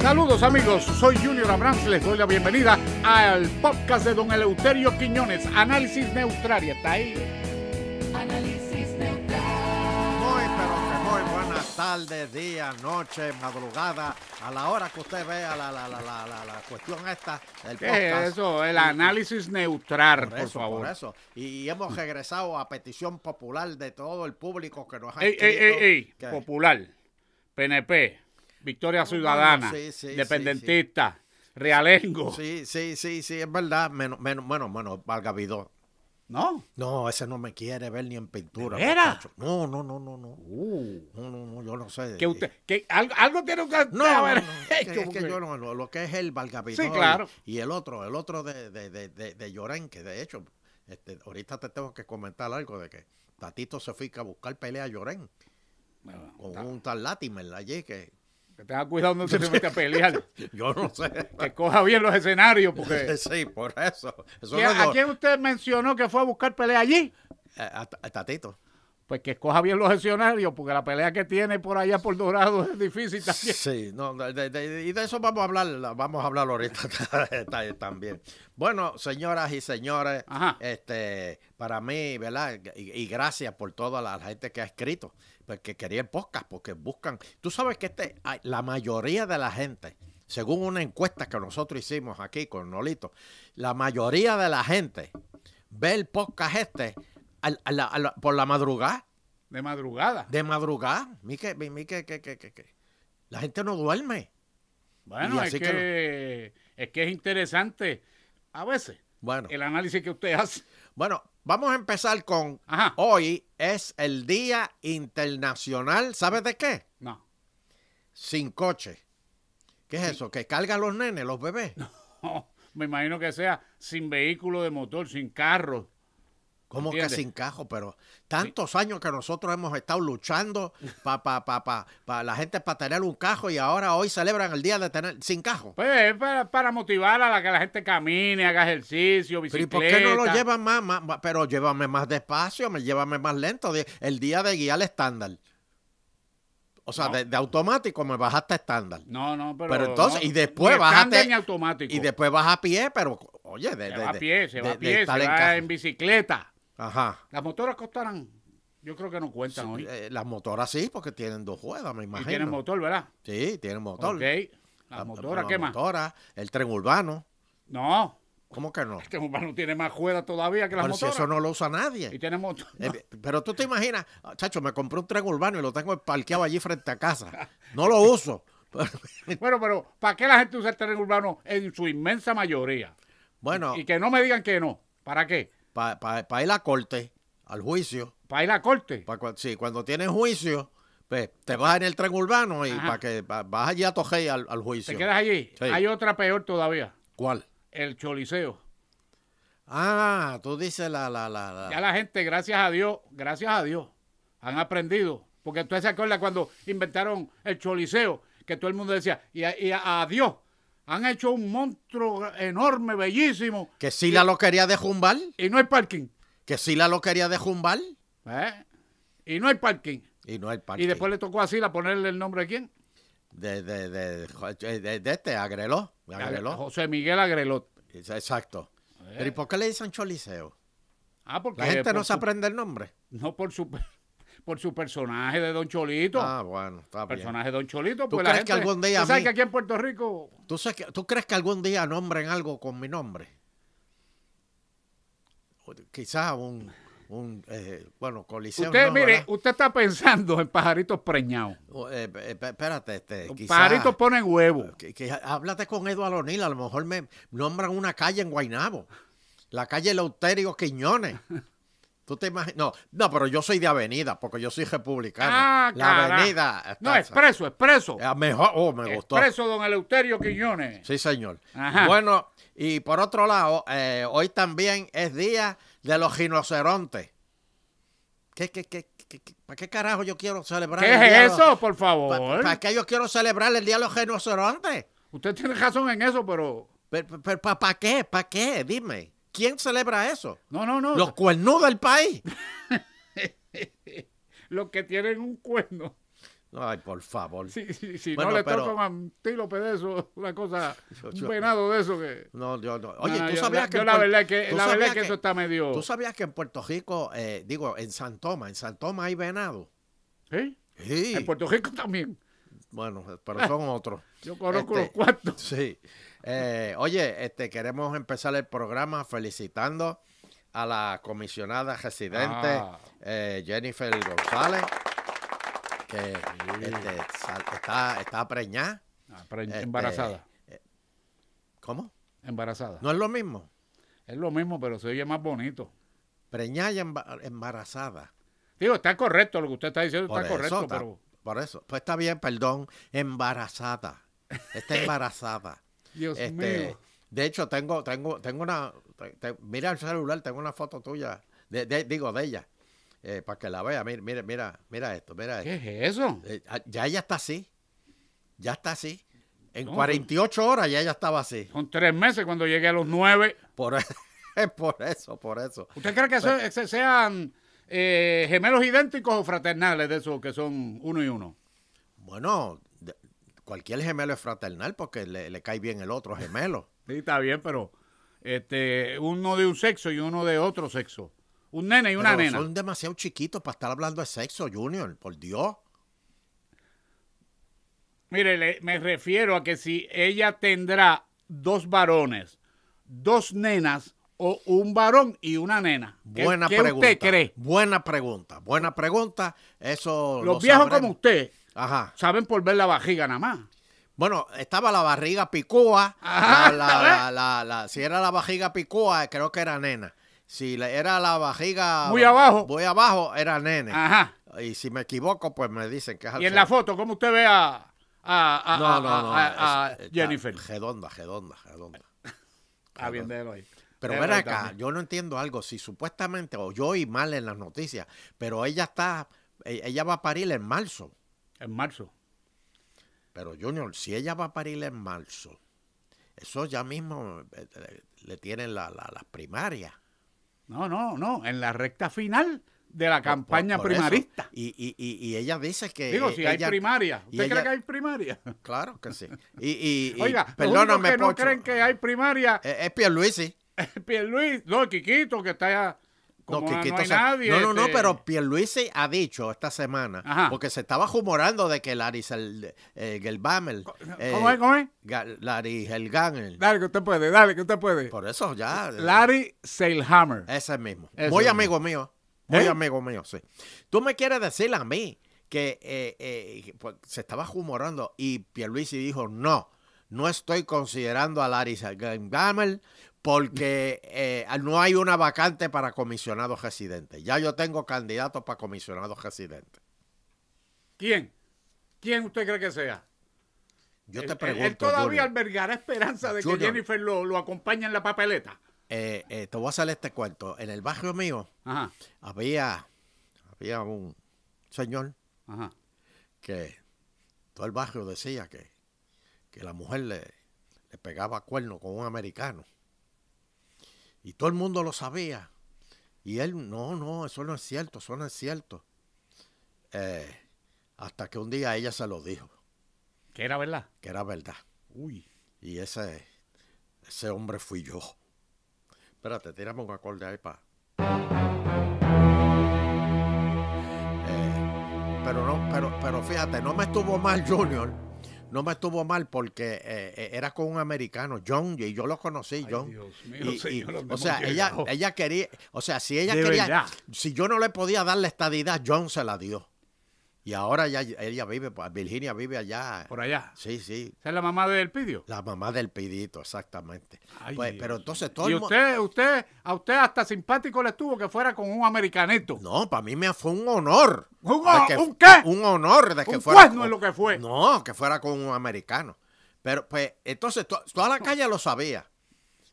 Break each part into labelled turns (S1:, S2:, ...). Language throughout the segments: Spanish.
S1: Saludos amigos, soy Junior Abrams, les doy la bienvenida al podcast de don Eleuterio Quiñones, Análisis Neutralia, está ahí.
S2: Análisis
S3: Muy, pero que muy buenas tardes, día, noche, madrugada, a la hora que usted vea la, la, la, la, la, la cuestión esta del
S1: ¿Qué
S3: podcast.
S1: es eso? El análisis neutral,
S3: Por,
S1: por,
S3: eso,
S1: favor.
S3: por eso. Y, y hemos regresado a petición popular de todo el público que nos ha
S1: Ey, ey, ey,
S3: escrito
S1: ey,
S3: que-
S1: popular, PNP, Victoria
S3: Bueno,
S1: Ciudadana,
S3: sí, sí, sí,
S1: Independentista, Realengo,
S3: Sí, sí, sí, sí, es verdad. Menos, menos, bueno, bueno, valga Vidó.
S1: ¿no?
S3: No, ese no me quiere ver ni en pintura.
S1: ¿De veras?
S3: muchacho. No, no, no, no, no. No, no, no, yo no sé.
S1: que usted, que algo, algo tiene usted
S3: Uh, No,
S1: que
S3: no,
S1: haber
S3: no, es que-
S1: hecho,
S3: es que
S1: porque-
S3: yo no, lo, lo que es el Valgavidó
S1: Sí, claro.
S3: y, y el otro, el otro de, de, de, de, de Llorén, que de hecho, este, ahorita te tengo que comentar algo de que Tatito se fica a buscar pelea a Llorén
S1: Bueno,
S3: con
S1: está-
S3: un tal Latimer allí que
S1: que tenga cuidado donde se mete a pelear,
S3: yo no sé.
S1: que coja bien los escenarios, porque...
S3: sí, por eso. Eso
S1: ¿Quién-
S3: no es
S1: ¿A
S3: lo-
S1: quién usted mencionó que fue a buscar pelea allí?
S3: eh, a- a Tatito.
S1: Pues que escoja bien los escenarios, porque la pelea que tiene por allá por Dorado es difícil también.
S3: Sí, no, de- de- de- y de eso vamos a hablar, la- vamos a hablar ahorita ta- ta- también. Bueno, señoras y señores,
S1: Ajá.
S3: este, para mí, ¿verdad? Y, y gracias por toda la gente que ha escrito, porque quería el podcast, porque buscan. Tú sabes que este, hay- la mayoría de la gente, según una encuesta que nosotros hicimos aquí con Nolito, la mayoría de la gente ve el podcast este al- a la- a la- por la madrugada.
S1: De madrugada.
S3: De madrugada. Mi que, mi- mi que, que, que, que, que. La gente no duerme.
S1: Bueno,
S3: Y
S1: es que,
S3: así que
S1: es que es interesante a veces
S3: Bueno,
S1: el análisis que usted hace.
S3: bueno, vamos a empezar con
S1: Ajá.
S3: hoy es el Día Internacional, ¿sabes de qué?
S1: No.
S3: Sin coche. ¿Qué es eso? Que carga a los nenes, los bebés.
S1: me imagino que sea sin vehículo de motor, sin carro.
S3: Como que
S1: ¿Entiendes?
S3: sin cajo, pero tantos años que nosotros hemos estado luchando para pa, pa, pa, pa la gente para tener un cajo y ahora hoy celebran el día de tener sin cajo.
S1: Pues es para, para motivar a la que la gente camine, haga ejercicio,
S3: Pero ¿y
S1: bicicleta.
S3: por qué no lo llevan más, más- más- Pero llévame más despacio, me llévame más lento. de- El día de guiar estándar. O sea,
S1: No.
S3: de, de automático me bajaste a estándar.
S1: No, no, pero.
S3: Pero entonces,
S1: no,
S3: y después
S1: ni
S3: bájate-
S1: estándar ni automático.
S3: Y después vas a pie, pero oye, de,
S1: se
S3: de-
S1: va a
S3: de-
S1: pie, se
S3: de-
S1: va a
S3: de
S1: pie, se
S3: estar en
S1: va
S3: casa.
S1: en, bicicleta.
S3: Ajá.
S1: Las motoras costarán, yo creo que no cuentan hoy.
S3: Eh, las motoras sí, porque tienen dos ruedas, me
S1: y
S3: imagino.
S1: tienen motor, ¿verdad?
S3: Sí, tienen motor. Ah,
S1: Ok. Las
S3: La-
S1: motoras,
S3: la
S1: ¿qué más?
S3: motora, el tren urbano.
S1: No,
S3: ¿Cómo que no?
S1: este urbano tiene más juega todavía que las
S3: Pero si
S1: motoras.
S3: eso no lo usa
S1: Y
S3: nadie.
S1: tiene motor.
S3: Eh, Pero tú te imaginas, ah, chacho, me compré un tren urbano y lo tengo parqueado allí frente a casa. No lo uso. eh.
S1: Bueno, pero ¿para qué la gente usa el tren urbano en su inmensa mayoría?
S3: Bueno,
S1: Y que no me digan que no. ¿Para qué?
S3: para ir a corte, al juicio,
S1: ¿Para ir a corte?
S3: pa' cua- sí, cuando tienes juicio, pues te vas en el tren urbano y
S1: Ajá.
S3: para que pa- vas allí a Tojei al, al juicio.
S1: ¿Te quedas allí?
S3: Sí.
S1: Hay otra peor todavía.
S3: ¿Cuál?
S1: El choliseo.
S3: Ah, tú dices la, la, la, la-
S1: Ya la gente, gracias a Dios, gracias a Dios, han aprendido. Porque tú se acuerdas cuando inventaron el choliseo, que todo el mundo decía, y a, y a- a Dios, han hecho un monstruo enorme, bellísimo,
S3: que Sila lo quería dejumbar,
S1: y no hay parking.
S3: que Sila lo quería dejumbar
S1: ¿eh? Y no hay parking.
S3: y no el parque.
S1: Y después le tocó así a ponerle el nombre de quién?
S3: de, de, de, de, de- de este, Agreló. Agreló.
S1: José Miguel Agrelot.
S3: Exacto. Pero ¿y por qué le dicen Choliseo?
S1: Ah, porque
S3: La gente
S1: por
S3: no se
S1: su-
S3: aprende el nombre.
S1: No por su, por su personaje de Don Cholito.
S3: Ah, bueno, está bien.
S1: personaje de Don Cholito.
S3: ¿Tú
S1: pues la
S3: crees que
S1: gente-
S3: algún día
S1: tú
S3: a
S1: sabes
S3: mí-
S1: que aquí en Puerto Rico
S3: ¿Tú, sabes que- ¿Tú crees que algún día nombren algo con mi nombre? O- Quizás un, un eh, bueno, Coliseo.
S1: Usted,
S3: no,
S1: mire,
S3: ¿verdad?
S1: usted está pensando en pajaritos preñados.
S3: O, eh, eh, espérate, este,
S1: Los
S3: quizás-
S1: Pajaritos ponen huevo.
S3: que, que háblate con Eduardo O'Neill, a lo mejor me nombran una calle en Guaynabo, la calle Leuterio Quiñones. ¿Tú te imaginas? No, no, pero yo soy de avenida, porque yo soy republicano.
S1: Ah,
S3: la
S1: carajo.
S3: avenida. está-
S1: No, expreso, expreso.
S3: eh, mejor, oh, me gustó.
S1: Expreso, don Eleuterio Quiñones.
S3: Sí, señor.
S1: Ajá.
S3: Bueno, y por otro lado, eh, hoy también es día de los rinocerontes. ¿Qué, qué, qué, qué- qué- para qué carajo yo quiero celebrar?
S1: ¿Qué
S3: el día de
S1: es
S3: los-
S1: eso, por
S3: pa-
S1: favor?
S3: ¿Para qué yo quiero celebrar el día de los rinocerontes?
S1: Usted tiene razón en eso, pero.
S3: ¿Pero para qué? ¿Para qué? Dime. ¿Quién celebra eso?
S1: No, no, no.
S3: Los
S1: Los,
S3: cuernudos del país.
S1: que tienen un cuerno.
S3: Ay, por favor.
S1: Si, si- si
S3: Bueno,
S1: no le
S3: pero-
S1: toca un antílope de eso, una cosa,
S3: Yo-
S1: un
S3: yo-
S1: venado de eso que...
S3: No, yo no. Oye,
S1: Nah,
S3: tú
S1: yo-
S3: sabías
S1: la-
S3: que.
S1: yo
S3: en
S1: la
S3: Puer-
S1: verdad es que-
S3: tú
S1: la verdad
S3: sabías
S1: es que eso está medio-
S3: Tú sabías que en Puerto Rico, eh, digo, en San Tomás, en San Tomás hay venado.
S1: ¿sí?
S3: Sí.
S1: ¿Eh? En Puerto Rico también.
S3: Bueno, pero son otros.
S1: Yo conozco
S3: Este,
S1: los cuartos.
S3: Sí. Eh, oye, este, queremos empezar el programa felicitando a la comisionada residente
S1: Ah.
S3: eh, Jennifer González, que este, sal- está, está preñada.
S1: Ah, pero en-
S3: este,
S1: embarazada.
S3: ¿Cómo?
S1: Embarazada.
S3: ¿No es lo mismo?
S1: Es lo mismo, pero se oye más bonito.
S3: Preñada y emba- embarazada.
S1: Digo, está correcto lo que usted está diciendo,
S3: Por
S1: está
S3: eso,
S1: correcto,
S3: está-
S1: pero
S3: por eso. Pues está bien, perdón, embarazada. Está embarazada.
S1: Dios
S3: Este,
S1: mío.
S3: De hecho, tengo, tengo, tengo una. te- te- mira el celular, tengo una foto tuya. de- de- digo, de ella. eh, para que la vea. Mira, mira, mira, mira esto, mira esto.
S1: ¿Qué es eso?
S3: Eh, ah, ya ella está así. Ya está así. En
S1: No,
S3: 48 horas ya ella estaba así.
S1: Son tres meses cuando llegué a los nueve.
S3: Por, por eso, por eso.
S1: ¿Usted cree que eso- que sean eh, gemelos idénticos o fraternales de esos que son uno y uno?
S3: Bueno, de- cualquier gemelo es fraternal porque le, le cae bien el otro gemelo.
S1: Sí, está bien, pero este, uno de un sexo y uno de otro sexo. Un nene y una
S3: Pero
S1: nena.
S3: Son demasiado chiquitos para estar hablando de sexo, Junior, por Dios.
S1: Mire, le- me refiero a que si ella tendrá dos varones, dos nenas o un varón y una nena. ¿Qué-
S3: Buena
S1: qué
S3: pregunta.
S1: usted cree?
S3: Buena pregunta, buena pregunta. Eso
S1: Los
S3: lo
S1: viejos
S3: sabremos.
S1: como usted
S3: Ajá.
S1: saben por ver la vajiga nada más.
S3: Bueno, estaba la barriga picúa.
S1: Ajá,
S3: la- la- la- la- la- si era la barriga picúa, creo que era nena. Si la- era la barriga.
S1: Muy abajo.
S3: Muy abajo, era nene.
S1: Ajá.
S3: Y si me equivoco, pues me dicen que es al
S1: Y en
S3: centro.
S1: la foto, ¿cómo usted ve a, a- a-
S3: No,
S1: a-
S3: no, no.
S1: a- a- a
S3: es- está
S1: Jennifer?
S3: Redonda, redonda, redonda.
S1: Ah, bien, déjelo ahí.
S3: Pero
S1: Déjelo
S3: ven
S1: ahí
S3: acá,
S1: también.
S3: yo no entiendo algo. Si supuestamente, o yo oí mal en las noticias, pero ella está, e- ella va a parir en marzo.
S1: En marzo.
S3: Pero Junior, si ella va a parir en marzo, eso ya mismo eh, eh, le tienen la- la- las primarias.
S1: No, no, no. En la recta final de la
S3: Por-
S1: campaña
S3: por- por eso.
S1: primarista.
S3: Y, y- y- y ella dice que...
S1: Digo,
S3: eh,
S1: si hay
S3: ella-
S1: primaria. ¿Usted
S3: y
S1: cree
S3: ella-
S1: que hay primaria?
S3: Claro que sí. Y, y- y-
S1: Oiga, los únicos
S3: perdóname,
S1: que no
S3: Pocho,
S1: creen que hay primaria
S3: Es, es Pierluisi.
S1: Pierluis, no, Quiquito, que está allá. Como
S3: No,
S1: no,
S3: Quiquito
S1: hay
S3: se-
S1: nadie.
S3: no, no, no,
S1: este,
S3: pero Pierluisi ha dicho esta semana,
S1: Ajá.
S3: porque se estaba rumorando de que Larry Sel- eh, Gelbamel, eh,
S1: ¿Cómo es? ¿Cómo es?
S3: Ga- Larry Gelgamel,
S1: Dale, que usted puede, dale, que usted puede.
S3: por eso ya... eh,
S1: Larry Seilhammer.
S3: Ese mismo.
S1: Ese
S3: muy
S1: mismo.
S3: amigo mío. Muy
S1: ¿Eh?
S3: amigo mío, sí. Tú me quieres decir a mí que eh, eh, pues, se estaba humorando y Pierluisi dijo, no, no estoy considerando a Larry Gamel porque eh, no hay una vacante para comisionado residente. Ya yo tengo candidatos para comisionado residente.
S1: ¿Quién? ¿Quién usted cree que sea?
S3: Yo
S1: Él-
S3: te
S1: él-
S3: pregunto,
S1: Él, todavía
S3: Junior,
S1: albergará esperanza de que
S3: Junior.
S1: Jennifer lo, lo acompañe en la papeleta.
S3: eh, eh, te voy a hacer este cuento. En el barrio mío
S1: Ajá,
S3: había, había un señor
S1: ajá.
S3: que todo el barrio decía que, que la mujer le, le pegaba cuerno con un americano. Y todo el mundo lo sabía. Y él, no, no, eso no es cierto, eso no es cierto. Eh, hasta que un día ella se lo dijo,
S1: Que era verdad.
S3: que era verdad.
S1: Uy.
S3: Y ese, ese hombre fui yo. Espérate, tiramos un acorde ahí para. Eh, pero no, pero, pero fíjate, no me estuvo mal, Junior. No me estuvo mal porque eh, eh, era con un americano, John, y yo lo conocí, John.
S1: Dios mío,
S3: Y- y-
S1: señor, ¿dónde
S3: o sea,
S1: hemos
S3: ella,
S1: llegado?
S3: ella quería, o sea, si ella
S1: De
S3: quería,
S1: verdad.
S3: si yo no le podía dar la estadidad, John se la dio. Y ahora ya ella vive, pues, Virginia vive allá.
S1: Por allá.
S3: Sí, sí,
S1: Esa es la mamá del Pidio.
S3: la mamá del pidito, exactamente.
S1: Ay,
S3: Pues,
S1: Dios
S3: pero entonces todo
S1: Y
S3: el mu-
S1: usted, usted, a usted hasta simpático le estuvo que fuera con un americanito.
S3: No, para mí me fue un honor.
S1: ¿Un
S3: de
S1: ho- un qué?
S3: Un honor de que
S1: Un
S3: fuera.
S1: cuerno es lo que fue.
S3: No, que fuera con un americano. Pero pues entonces to- toda la calle lo sabía.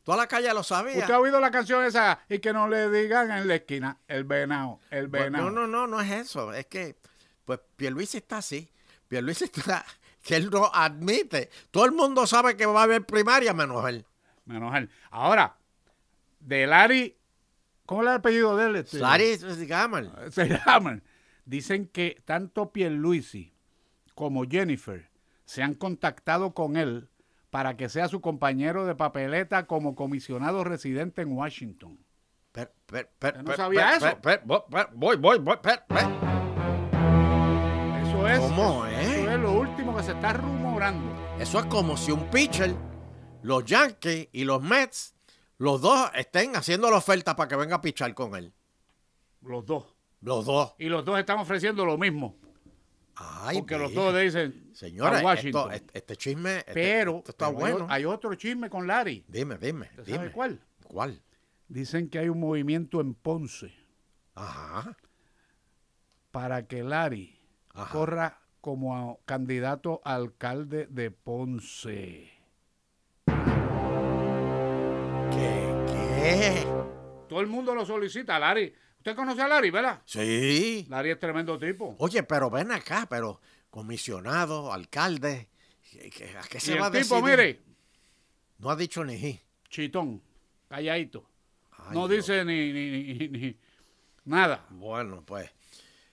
S3: Toda la calle lo sabía.
S1: Oh. Usted ha oído la canción esa y que no le digan en la esquina el venado, el
S3: Bueno,
S1: venado.
S3: Pues, no, no, no, no es eso. Es que, pues, Pierluisi está así. Pierluisi está que él no admite. Todo el mundo sabe que va a haber primaria menos él.
S1: Menos él. Ahora, de Larry, ¿cómo era el apellido de él? este?
S3: Larry Gamel.
S1: Se llaman. Dicen que tanto Pierluisi como Jennifer se han contactado con él para que sea su compañero de papeleta como comisionado residente en Washington.
S3: Per- per- per-
S1: Yo no
S3: per-
S1: sabía
S3: per-
S1: eso.
S3: per- per- vo- per- voy, voy, voy. per- per.
S1: Eso es,
S3: ¿Cómo es?
S1: eso es lo último que se está rumorando.
S3: Eso es como si un pitcher, los Yankees y los Mets, los dos estén haciendo la oferta para que venga a pichar con él.
S1: Los dos.
S3: Los dos.
S1: Y los dos están ofreciendo lo mismo.
S3: Ay,
S1: porque los
S3: mira.
S1: dos le dicen
S3: Señora,
S1: a Washington.
S3: esto- este, este chisme este-
S1: pero
S3: esto está
S1: pero hay o-
S3: bueno.
S1: hay, otro chisme con Larry.
S3: Dime, dime,
S1: ¿Usted
S3: dime.
S1: sabe cuál?
S3: ¿Cuál?
S1: Dicen que hay un movimiento en Ponce
S3: Ajá.
S1: para que Larry
S3: Ajá.
S1: corra como a- candidato a alcalde de Ponce.
S3: ¿Qué? ¿Qué?
S1: Todo el mundo lo solicita. Larry, usted conoce a Larry, ¿verdad?
S3: Sí.
S1: Larry es tremendo tipo.
S3: Oye, pero ven acá, pero comisionado, alcalde, ¿qué- qué- ¿a qué
S1: Y
S3: se va a
S1: el
S3: decir?
S1: tipo, mire,
S3: No ha dicho ni ji.
S1: chitón, calladito.
S3: Ay,
S1: no
S3: Dios.
S1: dice ni, ni- ni- ni- ni nada.
S3: Bueno, pues.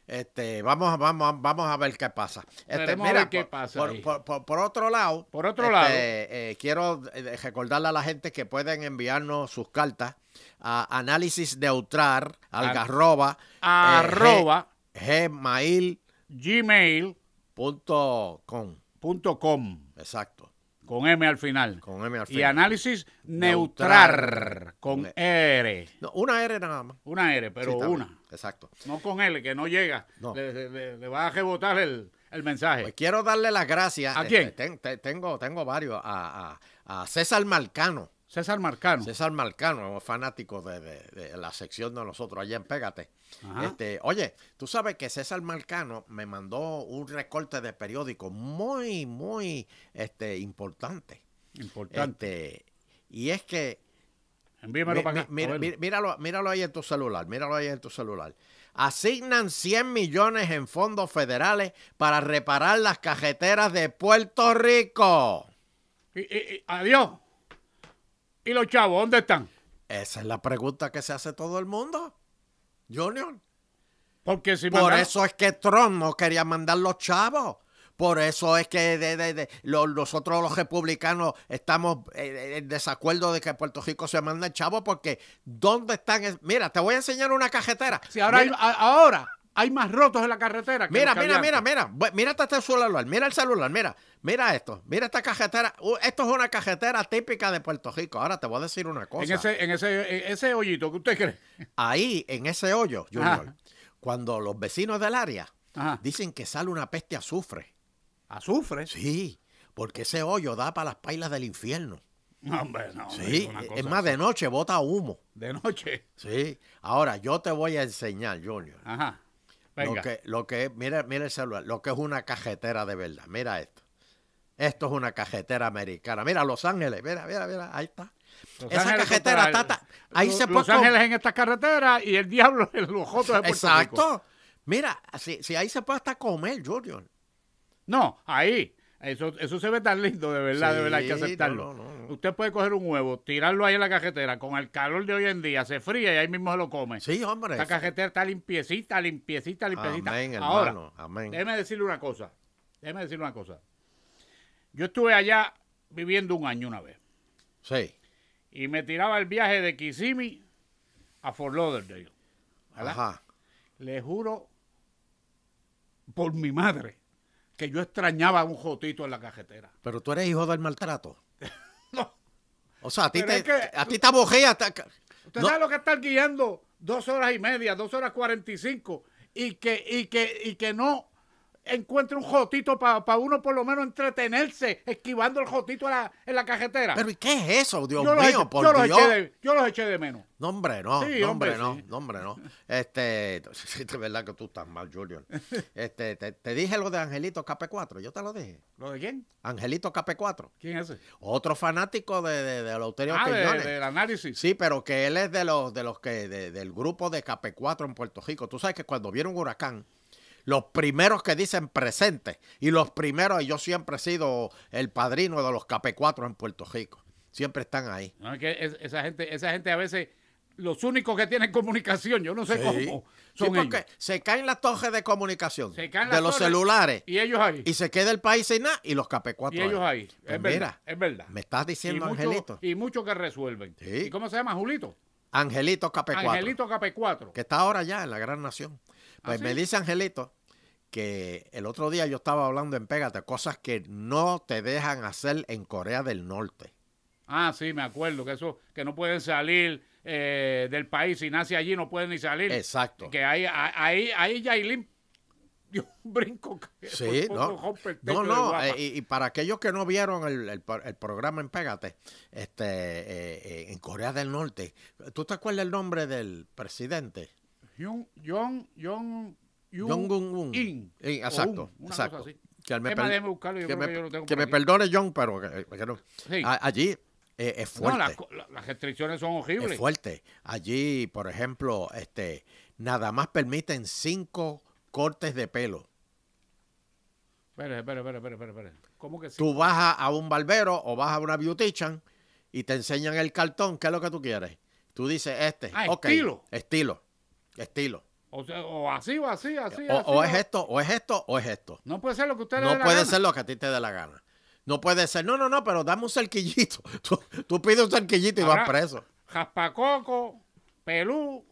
S3: Este, vamos, a- vamos, a- vamos a ver qué pasa. Este,
S1: Veremos a ver qué
S3: por-
S1: pasa
S3: Por,
S1: ahí.
S3: por- por- por otro lado,
S1: Por otro
S3: este,
S1: lado.
S3: eh, quiero eh, recordarle a la gente que pueden enviarnos sus cartas a análisis neutral algarroba eh,
S1: Arroba
S3: g- gmail.com.
S1: gmail.com
S3: Exacto.
S1: con M al final.
S3: Con M al
S1: y
S3: final.
S1: análisis neutral
S3: Neutral.
S1: con
S3: Ok.
S1: R.
S3: No, una R nada más.
S1: Una R,
S3: Sí,
S1: pero
S3: está bien.
S1: una.
S3: Exacto.
S1: No con L, que no llega.
S3: No.
S1: Le, le- le- le va a rebotar el, el mensaje.
S3: Pues quiero darle las gracias.
S1: ¿A
S3: este,
S1: quién?
S3: ten- te- tengo, tengo varios. A, a- a César Marcano.
S1: César Marcano.
S3: César Marcano, es fanático de, de- de la sección de nosotros allá en Pégate.
S1: Ajá.
S3: Este, oye, tú sabes que César Marcano me mandó un recorte de periódico muy, muy este, importante.
S1: Importante.
S3: Este, y es que
S1: Envíamelo
S3: este, Mi-
S1: para acá.
S3: mi- mira-
S1: a ver.
S3: mi- míralo, míralo ahí en tu celular, míralo ahí en tu celular. Asignan 100 millones en fondos federales para reparar las cajeteras de Puerto Rico.
S1: Y- y- y- adiós. ¿Y los chavos dónde están?
S3: Esa es la pregunta que se hace todo el mundo, Junior.
S1: Porque si
S3: Por
S1: mandaron-
S3: eso es que Trump no quería mandar los chavos. Por eso es que de- de- de- lo- nosotros los republicanos estamos eh, en desacuerdo de que a Puerto Rico se manda el chavo porque ¿dónde están? es- Mira, te voy a enseñar una cajetera.
S1: Si ahora,
S3: Mira-
S1: hay, a- ahora hay más rotos en la carretera. que los
S3: Mira,
S1: que
S3: mira,
S1: había
S3: mira,
S1: antes.
S3: mira, Bu- mira hasta este celular, mira el celular, mira, mira esto, mira esta cajetera, Uh, esto es una cajetera típica de Puerto Rico. Ahora te voy a decir una cosa.
S1: En ese, en ese, en ese hoyito que usted cree.
S3: Ahí, en ese hoyo, Junior,
S1: Ajá.
S3: cuando los vecinos del área
S1: Ajá.
S3: dicen que sale una peste azufre.
S1: Azufre.
S3: Sí, porque ese hoyo da para las pailas del infierno.
S1: No, hombre, no. hombre,
S3: Sí,
S1: una cosa
S3: es más, de noche bota humo.
S1: De noche.
S3: Sí, ahora yo te voy a enseñar, Junior,
S1: Ajá. Venga.
S3: lo que, lo que es- mira, mira el celular, lo que es una cajetera de verdad. Mira esto. Esto es una cajetera americana. Mira, Los Ángeles, mira, mira, mira, ahí está.
S1: Los
S3: Esa
S1: Ángeles
S3: cajetera
S1: contra el-
S3: está, está- ahí
S1: Los-
S3: se
S1: Los
S3: puede...
S1: Ángeles en estas carreteras y el diablo en los jotos de Puerto Rico.
S3: Exacto. Mira, si, si ahí se puede hasta comer, Junior.
S1: No, ahí. Eso, eso se ve tan lindo, de verdad, de
S3: Sí,
S1: verdad, hay que aceptarlo.
S3: no, no, no, no.
S1: Usted puede coger un huevo, tirarlo ahí en la cajetera, con el calor de hoy en día, se fría y ahí mismo se lo come.
S3: Sí, hombre.
S1: La cajetera está limpiecita, limpiecita, limpiecita.
S3: Amén,
S1: Ahora,
S3: hermano. Amén.
S1: déjeme decirle una cosa. Déjeme decirle una cosa. Yo estuve allá viviendo un año una vez
S3: Sí.
S1: y me tiraba el viaje de Kissimmee a Fort Lauderdale. ¿verdad?
S3: Ajá.
S1: Le juro por mi madre que yo extrañaba un jotito en la cajetera.
S3: Pero tú eres hijo del maltrato.
S1: No.
S3: O sea, a ti
S1: Pero
S3: te,
S1: es que-
S3: a ti te abogea, te-
S1: ¿Usted
S3: No.
S1: sabe lo que estar guiando dos horas y media, dos horas cuarenta y cinco, y que, y que, y que no encuentre un jotito para uno por lo menos entretenerse esquivando el jotito a la- en la cajetera?
S3: Pero ¿y qué es eso, Dios
S1: yo, los
S3: mío?
S1: eché-
S3: por
S1: yo los
S3: Dios.
S1: eché de, yo los eché de menos.
S3: No, hombre, no,
S1: Sí,
S3: no,
S1: hombre,
S3: hombre, no,
S1: sí.
S3: no, hombre, no. Este, de verdad que tú estás mal, Julian. Este, te, te dije lo de Angelito KP4, yo te lo dije.
S1: ¿Lo de quién?
S3: Angelito KP4,
S1: ¿Quién es ese?
S3: otro fanático de, de, de Eleuterio
S1: Ah, de-
S3: Quiñones.
S1: del análisis.
S3: Sí, pero que él es de los de los que de- del grupo de KP4 en Puerto Rico. Tú sabes que cuando viene un huracán, los primeros que dicen presente y los primeros, y yo siempre he sido el padrino de los KP4 en Puerto Rico. Siempre están ahí.
S1: No, es que es- esa, gente, esa gente a veces los únicos que tienen comunicación, yo no sé
S3: Sí.
S1: cómo,
S3: Sí,
S1: son
S3: porque
S1: ellos.
S3: se caen las torres de comunicación
S1: Se caen
S3: de
S1: las
S3: los
S1: torres
S3: celulares y,
S1: Y ellos ahí.
S3: se queda el país sin nada y los
S1: Y,
S3: capecuatros
S1: ellos
S3: ahí.
S1: ahí.
S3: Pues
S1: es, verdad,
S3: mira,
S1: es verdad.
S3: Me estás
S1: y
S3: diciendo,
S1: muchos
S3: Angelito.
S1: mucho que resuelven.
S3: Sí.
S1: ¿Y cómo se llama Julito?
S3: Angelito Capecuatro.
S1: Angelito Capecuatro.
S3: que está ahora ya en la gran nación. Pues
S1: ¿Ah,
S3: me
S1: sí?
S3: dice Angelito que el otro día yo estaba hablando en Pégate, cosas que no te dejan hacer en Corea del Norte.
S1: Ah, sí, me acuerdo que eso, que no pueden salir eh, del país. Si nace allí, no pueden ni salir.
S3: Exacto.
S1: Que ahí, ahí, ahí Yailin dio un brinco. que
S3: Sí,
S1: por poco
S3: no.
S1: rompe el techo
S3: No,
S1: de
S3: no,
S1: guapa.
S3: eh, y, y para aquellos que no vieron el, el pro- el programa en Pégate, este, eh, eh, en Corea del Norte, ¿tú te acuerdas el nombre del presidente?
S1: Hyun- John, John, Yoon
S3: Jong-un-un.
S1: In.
S3: Eh,
S1: O
S3: Exacto,
S1: Un, una cosa
S3: exacto.
S1: así.
S3: Que él me
S1: Es más,
S3: per-
S1: déjame buscarlo, yo
S3: que
S1: creo
S3: me-
S1: que yo lo tengo
S3: que
S1: por
S3: me
S1: aquí.
S3: perdone John, pero que- eh, que no.
S1: Sí.
S3: A- allí eh, es
S1: No,
S3: fuerte.
S1: las, co- la- las restricciones son horribles.
S3: Es fuerte. Allí, por ejemplo, este, nada más permiten cinco cortes de pelo.
S1: Espera, espera, espera, espera, espera, espera. ¿Cómo que sí?
S3: Tú vas a, a un barbero o vas a una beautician y te enseñan el cartón, ¿qué es lo que tú quieres? Tú dices este.
S1: Ah,
S3: ok,
S1: estilo.
S3: Estilo. Estilo.
S1: O, sea, o así, o así, así.
S3: o,
S1: así,
S3: o es esto, o es esto, o es esto.
S1: No puede ser lo que usted le dé
S3: No
S1: la
S3: puede
S1: gana.
S3: ser lo que a ti te dé la gana. No puede ser, no, no, no, pero dame un cerquillito. Tú, tú pides un cerquillito y vas
S1: Habrá-
S3: preso.
S1: Jaspacoco, pelú,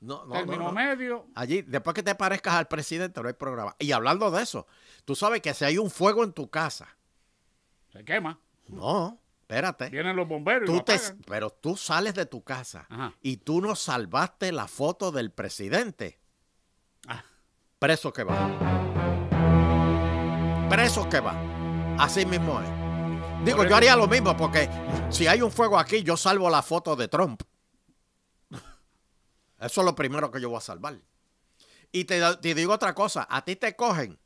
S3: No, no, no,
S1: término
S3: no.
S1: medio.
S3: Allí, después que te parezcas al presidente, no hay programa. Y hablando de eso, tú sabes que si hay un fuego en tu casa,
S1: Se quema.
S3: no, espérate.
S1: Vienen los bomberos. y
S3: Tú
S1: lo
S3: te,
S1: apagan.
S3: pero tú sales de tu casa
S1: Ajá.
S3: y tú no salvaste la foto del presidente.
S1: Ah.
S3: Preso que va. Preso que va. Así mismo es. Digo,
S1: Por
S3: yo
S1: eso-
S3: haría lo mismo porque si hay un fuego aquí, yo salvo la foto de Trump. Eso es lo primero que yo voy a salvar. Y te, da- te digo otra cosa, a ti te cogen.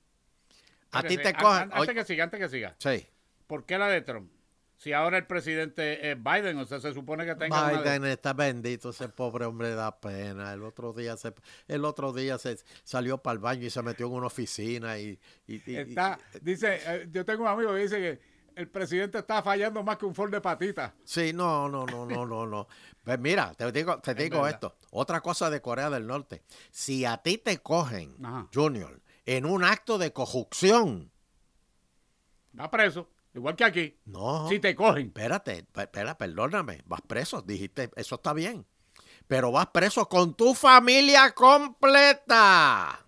S3: A
S1: Espérese,
S3: ti te
S1: an-
S3: cogen.
S1: an- Antes
S3: oye,
S1: que siga, antes que siga.
S3: sí.
S1: ¿Por qué la de Trump? Si ahora el presidente es Biden, o sea, se supone que tenga una de-
S3: Biden está bendito, ese pobre hombre da pena. El otro día se, el otro día se salió para el baño y se metió en una oficina y, y- y-
S1: Está, dice, eh, yo tengo un amigo que dice que el presidente está fallando más que un Ford de patita.
S3: Sí, no, no, no, no, no, no. Pues mira, te digo, te
S1: Es
S3: digo
S1: verdad.
S3: esto. Otra cosa de Corea del Norte. Si a ti te cogen,
S1: Ajá.
S3: Junior, en un acto de cojucción,
S1: Va preso, igual que aquí.
S3: no.
S1: Si te cogen.
S3: Espérate, pe- espera, perdóname. Vas preso, dijiste, eso está bien. Pero vas preso con tu familia completa.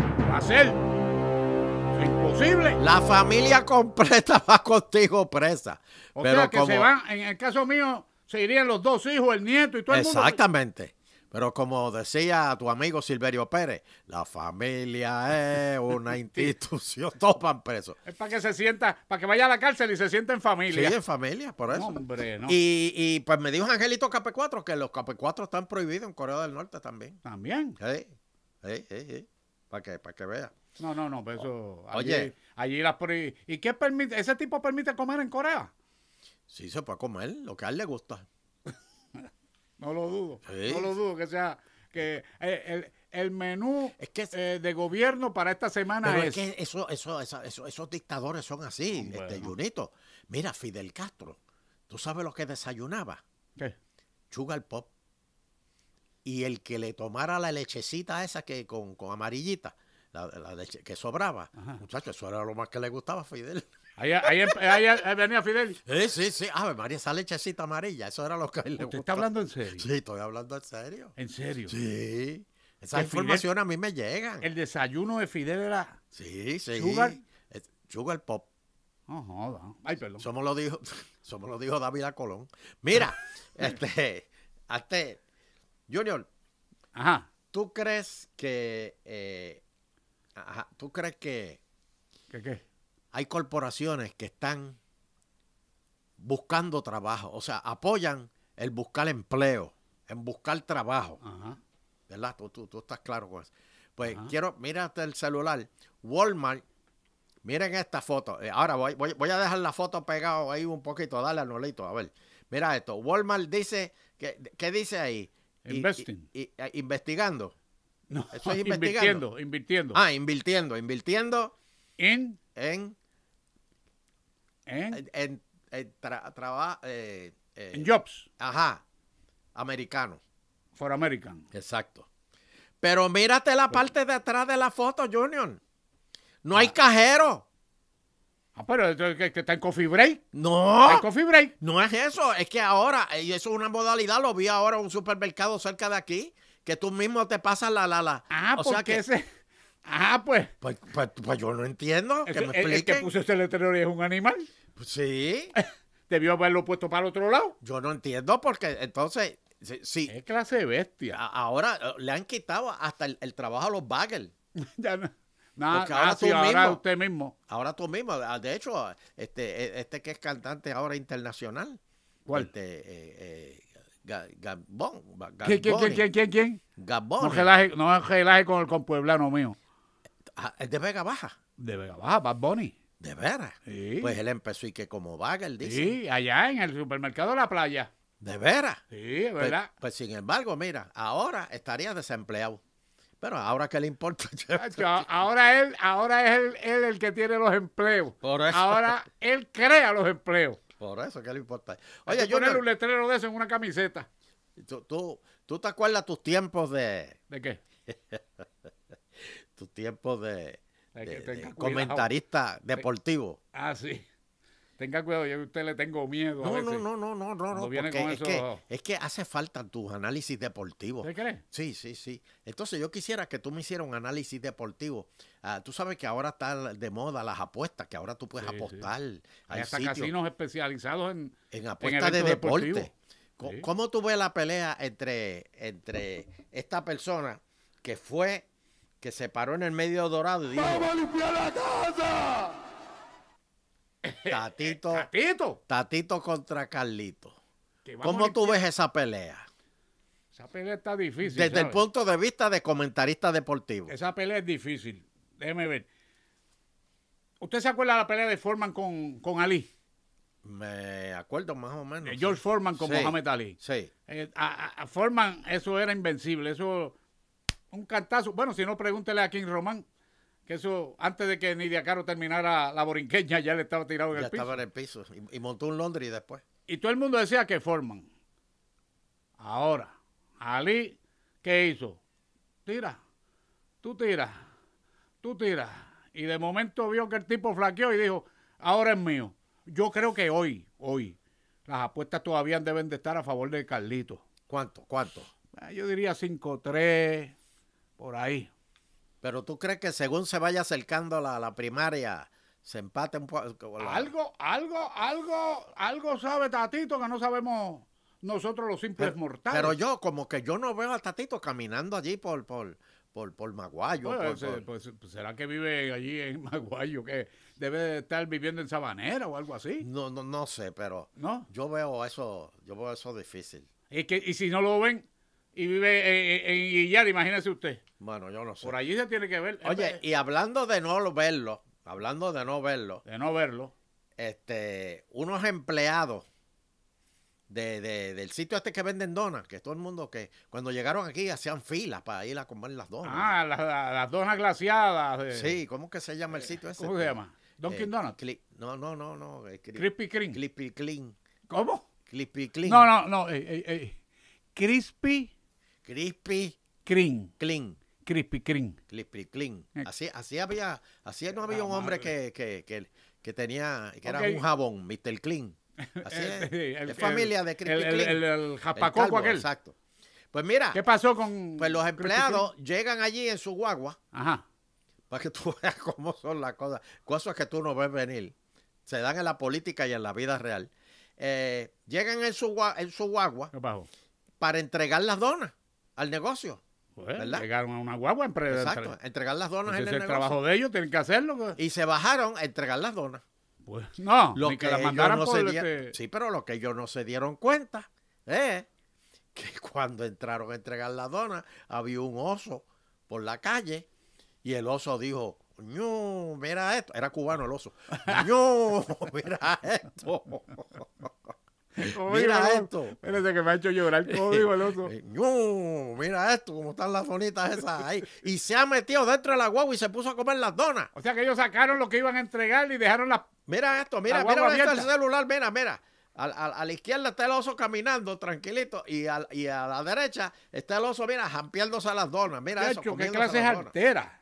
S1: Va a ser. Es imposible.
S3: La familia completa va contigo presa.
S1: O
S3: pero
S1: sea que se
S3: como-
S1: van, en el caso mío, se irían los dos hijos, el nieto y todo el mundo.
S3: Exactamente. Pero como decía tu amigo Silverio Pérez, la familia es una institución. Todos van presos.
S1: pues, Es para que se sienta, para que vaya a la cárcel y se sienta en
S3: Sí,
S1: familia.
S3: en familia, por eso.
S1: Hombre, no.
S3: Y, y, pues me dijo Angelito Capecuatro que los Capecuatros están prohibidos en Corea del Norte también.
S1: También.
S3: Para que, para que vea.
S1: No, no, no, pero eso. Allí,
S3: Oye.
S1: Allí las. prohi- ¿Y qué permite? ¿Ese tipo permite comer en Corea?
S3: Sí, se puede comer lo que a él le gusta.
S1: No lo dudo.
S3: Sí.
S1: No lo dudo que sea. que eh, el, el menú
S3: Es que es-
S1: eh, de gobierno para esta semana
S3: Pero
S1: es.
S3: es que eso, eso, esa- eso- esos dictadores son así,
S1: Bueno.
S3: este Junito. Mira, Fidel Castro, ¿tú sabes lo que desayunaba?
S1: ¿Qué?
S3: Sugar Pop. Y el que le tomara la lechecita esa que con, con amarillita, la, la leche que sobraba,
S1: Ajá.
S3: muchachos, eso era lo más que le gustaba a Fidel.
S1: Ahí, ahí, ahí- ahí venía Fidel.
S3: Sí, sí, sí. Ave María, esa lechecita amarilla, eso era lo que a él le
S1: ¿Usted
S3: gustaba.
S1: está hablando en serio?
S3: Sí, estoy hablando en serio.
S1: En serio.
S3: Sí. Esa
S1: Que Fidel-
S3: información a mí me llegan.
S1: El desayuno de Fidel era.
S3: Sí, sí.
S1: Sugar-
S3: Es- Sugar Pop.
S1: No joda. Ay, perdón.
S3: Somos lo dijo, somos lo dijo David Colón. Mira, este, este, Junior,
S1: Ajá.
S3: ¿tú crees que, eh, ajá, tú crees que
S1: ¿Qué qué?
S3: hay corporaciones que están buscando trabajo, o sea, apoyan el buscar empleo, en buscar trabajo,
S1: Ajá.
S3: ¿verdad? Tú, tú, tú estás claro con eso. Pues
S1: Ajá.
S3: quiero, mírate el celular, Walmart. Miren esta foto. Eh, Ahora voy, voy, voy a dejar la foto pegada ahí un poquito. Dale al nolito, a ver. Mira esto. Walmart dice, ¿qué, qué dice ahí? Y-
S1: Investing.
S3: y- y- eh, investigando.
S1: No,
S3: Eso es
S1: invirtiendo,
S3: investigando.
S1: invirtiendo.
S3: Ah, invirtiendo, invirtiendo
S1: En,
S3: en,
S1: en,
S3: en, en- en tra- traba- eh, eh,
S1: en jobs.
S3: Ajá, americano.
S1: for American.
S3: Exacto. Pero mírate la
S1: Pues
S3: parte de atrás de la foto, Junior. No hay cajero.
S1: Ah, pero esto es que, que está en coffee break.
S3: No.
S1: Está en coffee break.
S3: No es eso, es que ahora, eh, y eso es una modalidad, lo vi ahora en un supermercado cerca de aquí, que tú mismo te pasas la, la, la.
S1: Ah,
S3: o
S1: porque
S3: sea que,
S1: ese. Ah, pues.
S3: pues, pues- pues yo no entiendo,
S1: ese- e,
S3: que me
S1: el, el que
S3: expliquen.
S1: puso ese letrero es un animal.
S3: Sí,
S1: Debió haberlo puesto para el otro lado.
S3: yo no entiendo porque entonces, sí, sí,
S1: Es clase de bestia.
S3: a- ahora eh, le han quitado hasta el, el trabajo a los baggers.
S1: Ya no- nada,
S3: Porque ahora
S1: ah, sí,
S3: tú
S1: ahora
S3: mismo.
S1: usted mismo.
S3: Ahora tú mismo, ah, de hecho, este, eh, este que es cantante ahora internacional.
S1: ¿Cuál?
S3: Este, eh, eh, Ga- Gabón. Ba-
S1: ¿Quién, quién, quién,
S3: Gaboni,
S1: quién, quién, quién? No
S3: Gaboni.
S1: relaje, no relaje con el compueblano mío.
S3: Ah, es de Vega Baja.
S1: De Vega Baja, Bad Bunny.
S3: De veras.
S1: Sí.
S3: Pues él empezó y que como bagel, dice.
S1: Sí, allá en el supermercado de la playa.
S3: De veras.
S1: Sí, es
S3: Pues-
S1: verdad.
S3: Pues, sin embargo, mira, ahora estaría desempleado. Pero ahora que le importa.
S1: Chacho, a- Ahora él, ahora es él, él el que tiene los empleos.
S3: Por eso.
S1: Ahora él crea los empleos.
S3: Por eso que le importa.
S1: Oye,
S3: Oye,
S1: yo ponerle un
S3: Junior,
S1: letrero de eso en una camiseta.
S3: tú, tú, tú te acuerdas tus tiempos de.
S1: ¿De qué?
S3: Tus tiempos de.
S1: Ay, que
S3: de- de
S1: tenga cuidado.
S3: comentarista deportivo.
S1: Ah, sí. Tenga cuidado, yo a usted le tengo miedo. a
S3: No, no,
S1: veces.
S3: no, no, no, no, no,
S1: Cuando viene
S3: porque
S1: con
S3: es,
S1: eso-
S3: que, es que hace falta tus análisis deportivos.
S1: ¿Usted cree?
S3: Sí, sí, sí. Entonces yo quisiera que tú me hicieras un análisis deportivo. Ah, tú sabes que ahora está de moda las apuestas, que ahora tú puedes
S1: Sí, sí.
S3: apostar.
S1: Hay
S3: Hay
S1: hasta
S3: sitios
S1: casinos especializados en.
S3: en apuestas de
S1: eventos
S3: deporte.
S1: deportivos.
S3: Co-
S1: Sí.
S3: ¿Cómo tú ves la pelea entre, entre esta persona que fue, que se paró en el medio dorado y dijo... ¡Vamos a limpiar la casa! Tatito,
S1: ¡Tatito!
S3: tatito contra Carlito.
S1: que vamos
S3: ¿Cómo
S1: a-
S3: tú ves esa pelea?
S1: Esa pelea está difícil.
S3: Desde el
S1: ¿sabe?
S3: punto de vista de comentarista deportivo.
S1: Esa pelea es difícil. Déjeme ver. ¿Usted se acuerda de la pelea de Foreman con, con Ali?
S3: Me acuerdo más o menos.
S1: De
S3: sí.
S1: George Foreman con
S3: Sí,
S1: Mohamed Ali.
S3: Sí.
S1: Eh, a, a- a Foreman, eso era invencible, eso un cantazo. Bueno, si no, pregúntele a King Román, que eso antes de que Nidia Caro terminara la borinqueña ya le estaba tirado en
S3: Ya
S1: el piso.
S3: estaba en el piso. Y, y montó un Londres después.
S1: Y todo el mundo decía que Foreman. Ahora, Ali, ¿qué hizo? Tira, tú tiras, tú tiras. Y de momento vio que el tipo flaqueó y dijo, ahora es mío. Yo creo que hoy, hoy, las apuestas todavía deben de estar a favor de Carlito.
S3: ¿Cuánto? ¿Cuánto?
S1: Ah, Yo diría 5-3, por ahí.
S3: Pero tú crees que según se vaya acercando la, la primaria, se empate un poco. la-
S1: Algo, algo, algo, algo sabe Tatito que no sabemos nosotros los simples
S3: Pero,
S1: mortales.
S3: pero yo, como que yo no veo a Tatito caminando allí por, por, por, por Maguayo.
S1: Pues,
S3: por-
S1: ese,
S3: por-
S1: pues, pues, será que vive allí en Maguayo, que debe de estar viviendo en Sabanera o algo así,
S3: No, no, no sé, pero
S1: ¿no?
S3: yo veo eso, yo veo eso difícil.
S1: Y, que, y si no lo ven y vive eh, eh, en Guillar, imagínese usted.
S3: Bueno, yo no sé.
S1: Por Eh, allí se tiene que ver.
S3: Oye, y hablando de no verlo, hablando de no verlo,
S1: de no verlo.
S3: este, unos empleados de, de- del sitio este que venden donas, que todo el mundo que cuando llegaron aquí hacían filas para ir a comer las donas.
S1: Ah, la- la- las donas glaciadas. de-
S3: Oh, sí, ¿cómo que se llama el sitio ese?
S1: Eh, ¿Cómo se llama?
S3: Donkey
S1: Dunkin' Donuts.
S3: no, no, no, no. eh, cri-
S1: Krispy Kreme.
S3: Clippy Clean.
S1: ¿Cómo?
S3: Clippy Clean.
S1: No, no, no. ey, ey, ey. Crispy
S3: Crispy
S1: Cream.
S3: Clean.
S1: Crispy Cream.
S3: Clippy Clean.
S1: Eh.
S3: Así, así había, así no había
S1: La
S3: un hombre
S1: madre.
S3: que, que, que, que tenía, que era
S1: Ok.
S3: un jabón, Mr. Clean. Así es.
S1: Eh, El-
S3: es familia de
S1: el-
S3: Crispy
S1: El,
S3: Clean.
S1: el, el
S3: El
S1: japacoco
S3: calvo,
S1: aquel.
S3: Exacto. Pues mira,
S1: ¿Qué pasó con.
S3: pues los
S1: Krispy Kreme?
S3: empleados llegan allí en su guagua
S1: Ajá.
S3: para que tú veas cómo son las cosas, cosas que tú no ves venir. Se dan en la política y en la vida real. Eh, llegan en su, gua- en su guagua
S1: ¿Qué pasó?
S3: para entregar las donas al negocio.
S1: Pues,
S3: ¿Verdad?
S1: Llegaron a una guagua en pre-
S3: Exacto,
S1: entre-
S3: entregar las donas
S1: Ese es
S3: en el
S1: el
S3: negocio.
S1: trabajo de ellos, tienen que hacerlo. pues.
S3: Y se bajaron a entregar las donas.
S1: Pues, no,
S3: Lo
S1: ni que,
S3: que
S1: la
S3: ellos
S1: mandaran
S3: no se
S1: por
S3: di-
S1: este-
S3: Sí, pero lo que ellos no se dieron cuenta es que cuando entraron a entregar la dona, había un oso por la calle y el oso dijo, "Ñu, mira esto. Era cubano el oso. "Ñu, mira esto.
S1: ¿Cómo
S3: Mira
S1: digo, no?
S3: esto.
S1: Espérate que me ha hecho llorar. ¿Cómo digo el oso?
S3: "Ñu, mira esto, cómo están las donitas esas ahí. Y se ha metido dentro de la guagua y se puso a comer las donas.
S1: O sea que ellos sacaron lo que iban a entregar y dejaron las.
S3: Mira esto, mira,
S1: La guagua
S3: mira esto el
S1: abierta.
S3: celular, mira, mira. A, a- a la izquierda está el oso caminando tranquilito y a, y a la derecha está el oso, mira, jampeándose a las donas. Mira eso.
S1: Chacho, ¿Qué
S3: comiéndose
S1: clase es
S3: las donas.
S1: altera?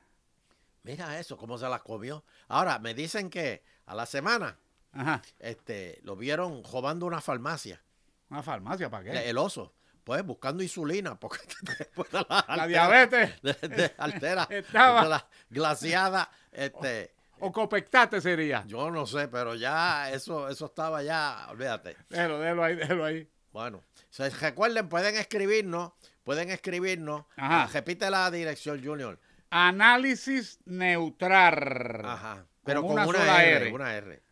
S3: Mira eso, cómo se las comió. Ahora, me dicen que a la semana
S1: Ajá.
S3: este, lo vieron robando una farmacia,
S1: Una farmacia, ¿para qué?
S3: le- el oso. Pues buscando insulina, porque después de la,
S1: la diabetes.
S3: de- de altera,
S1: Estaba.
S3: de la glaciada, este,
S1: O copectate sería.
S3: yo no sé, pero ya eso, eso estaba ya, olvídate.
S1: Déjalo, déjalo ahí, déjalo ahí.
S3: Bueno, se recuerden, pueden escribirnos, pueden escribirnos.
S1: Ajá.
S3: Ah, repite la dirección, Junior.
S1: Análisis neutral.
S3: Ajá. Pero
S1: Con
S3: con,
S1: una
S3: una,
S1: sola
S3: R,
S1: R. Ah.
S3: una R.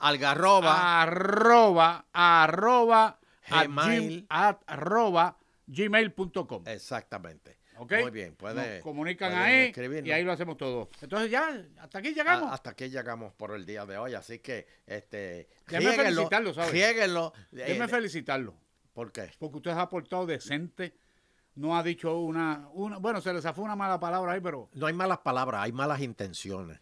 S3: Algarroba.
S1: Arroba, arroba, at
S3: Gmail.
S1: gim- at- arroba, gmail.com.
S3: Exactamente.
S1: ¿Ok?
S3: Muy bien, puede.
S1: Nos comunican
S3: pueden
S1: ahí
S3: escribirnos.
S1: y ahí lo hacemos todo. Entonces ya, hasta aquí
S3: Ah,
S1: llegamos.
S3: hasta aquí llegamos por el día de hoy, así que este
S1: Déjeme
S3: riéguenlo,
S1: felicitarlo, ¿sabe?
S3: riéguenlo, eh,
S1: Déjeme
S3: de-
S1: felicitarlo.
S3: ¿Por qué?
S1: porque usted se ha portado decente, no ha dicho una, una bueno, se le zafó una mala palabra ahí, pero
S3: No hay malas palabras, hay malas intenciones.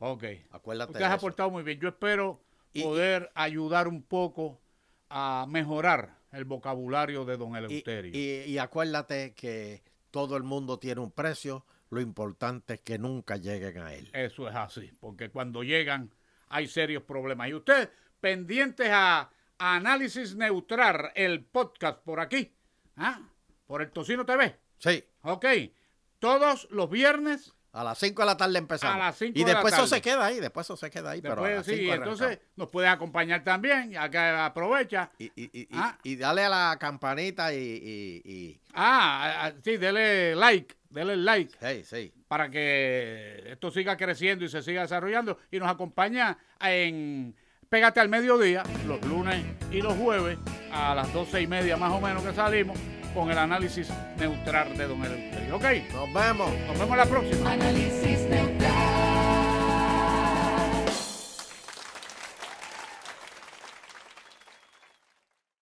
S1: ok.
S3: Acuérdate
S1: Usted se
S3: de
S1: ha
S3: eso.
S1: portado muy bien. Yo espero
S3: Y-
S1: poder ayudar un poco a mejorar el vocabulario de don
S3: Y,
S1: Eleuterio.
S3: y- y acuérdate que todo el mundo tiene un precio, lo importante es que nunca lleguen a él.
S1: Eso es así, porque cuando llegan hay serios problemas. Y usted, pendientes a Análisis Neutral, el podcast por aquí, ¿ah? por el Tocino TV.
S3: Sí,
S1: Ok, todos los viernes
S3: a las 5 de la tarde empezamos.
S1: A las cinco
S3: y
S1: de la
S3: después eso
S1: tarde.
S3: se queda ahí, después eso se queda ahí, pero a
S1: Después,
S3: las
S1: sí,
S3: cinco
S1: entonces
S3: arrancamos.
S1: nos puedes acompañar también, ya que aprovecha.
S3: Y, y- y- y-
S1: Ah.
S3: y dale a la campanita y... y- y-
S1: Ah, ah, sí, dele like, dele like
S3: sí, sí.
S1: para que esto siga creciendo y se siga desarrollando y nos acompaña en Pégate al Mediodía, los lunes y los jueves, a las doce y media más o menos que salimos, con el análisis neutral de Don Eleuterio. Ok,
S3: Nos vemos.
S1: nos vemos la próxima.
S2: análisis de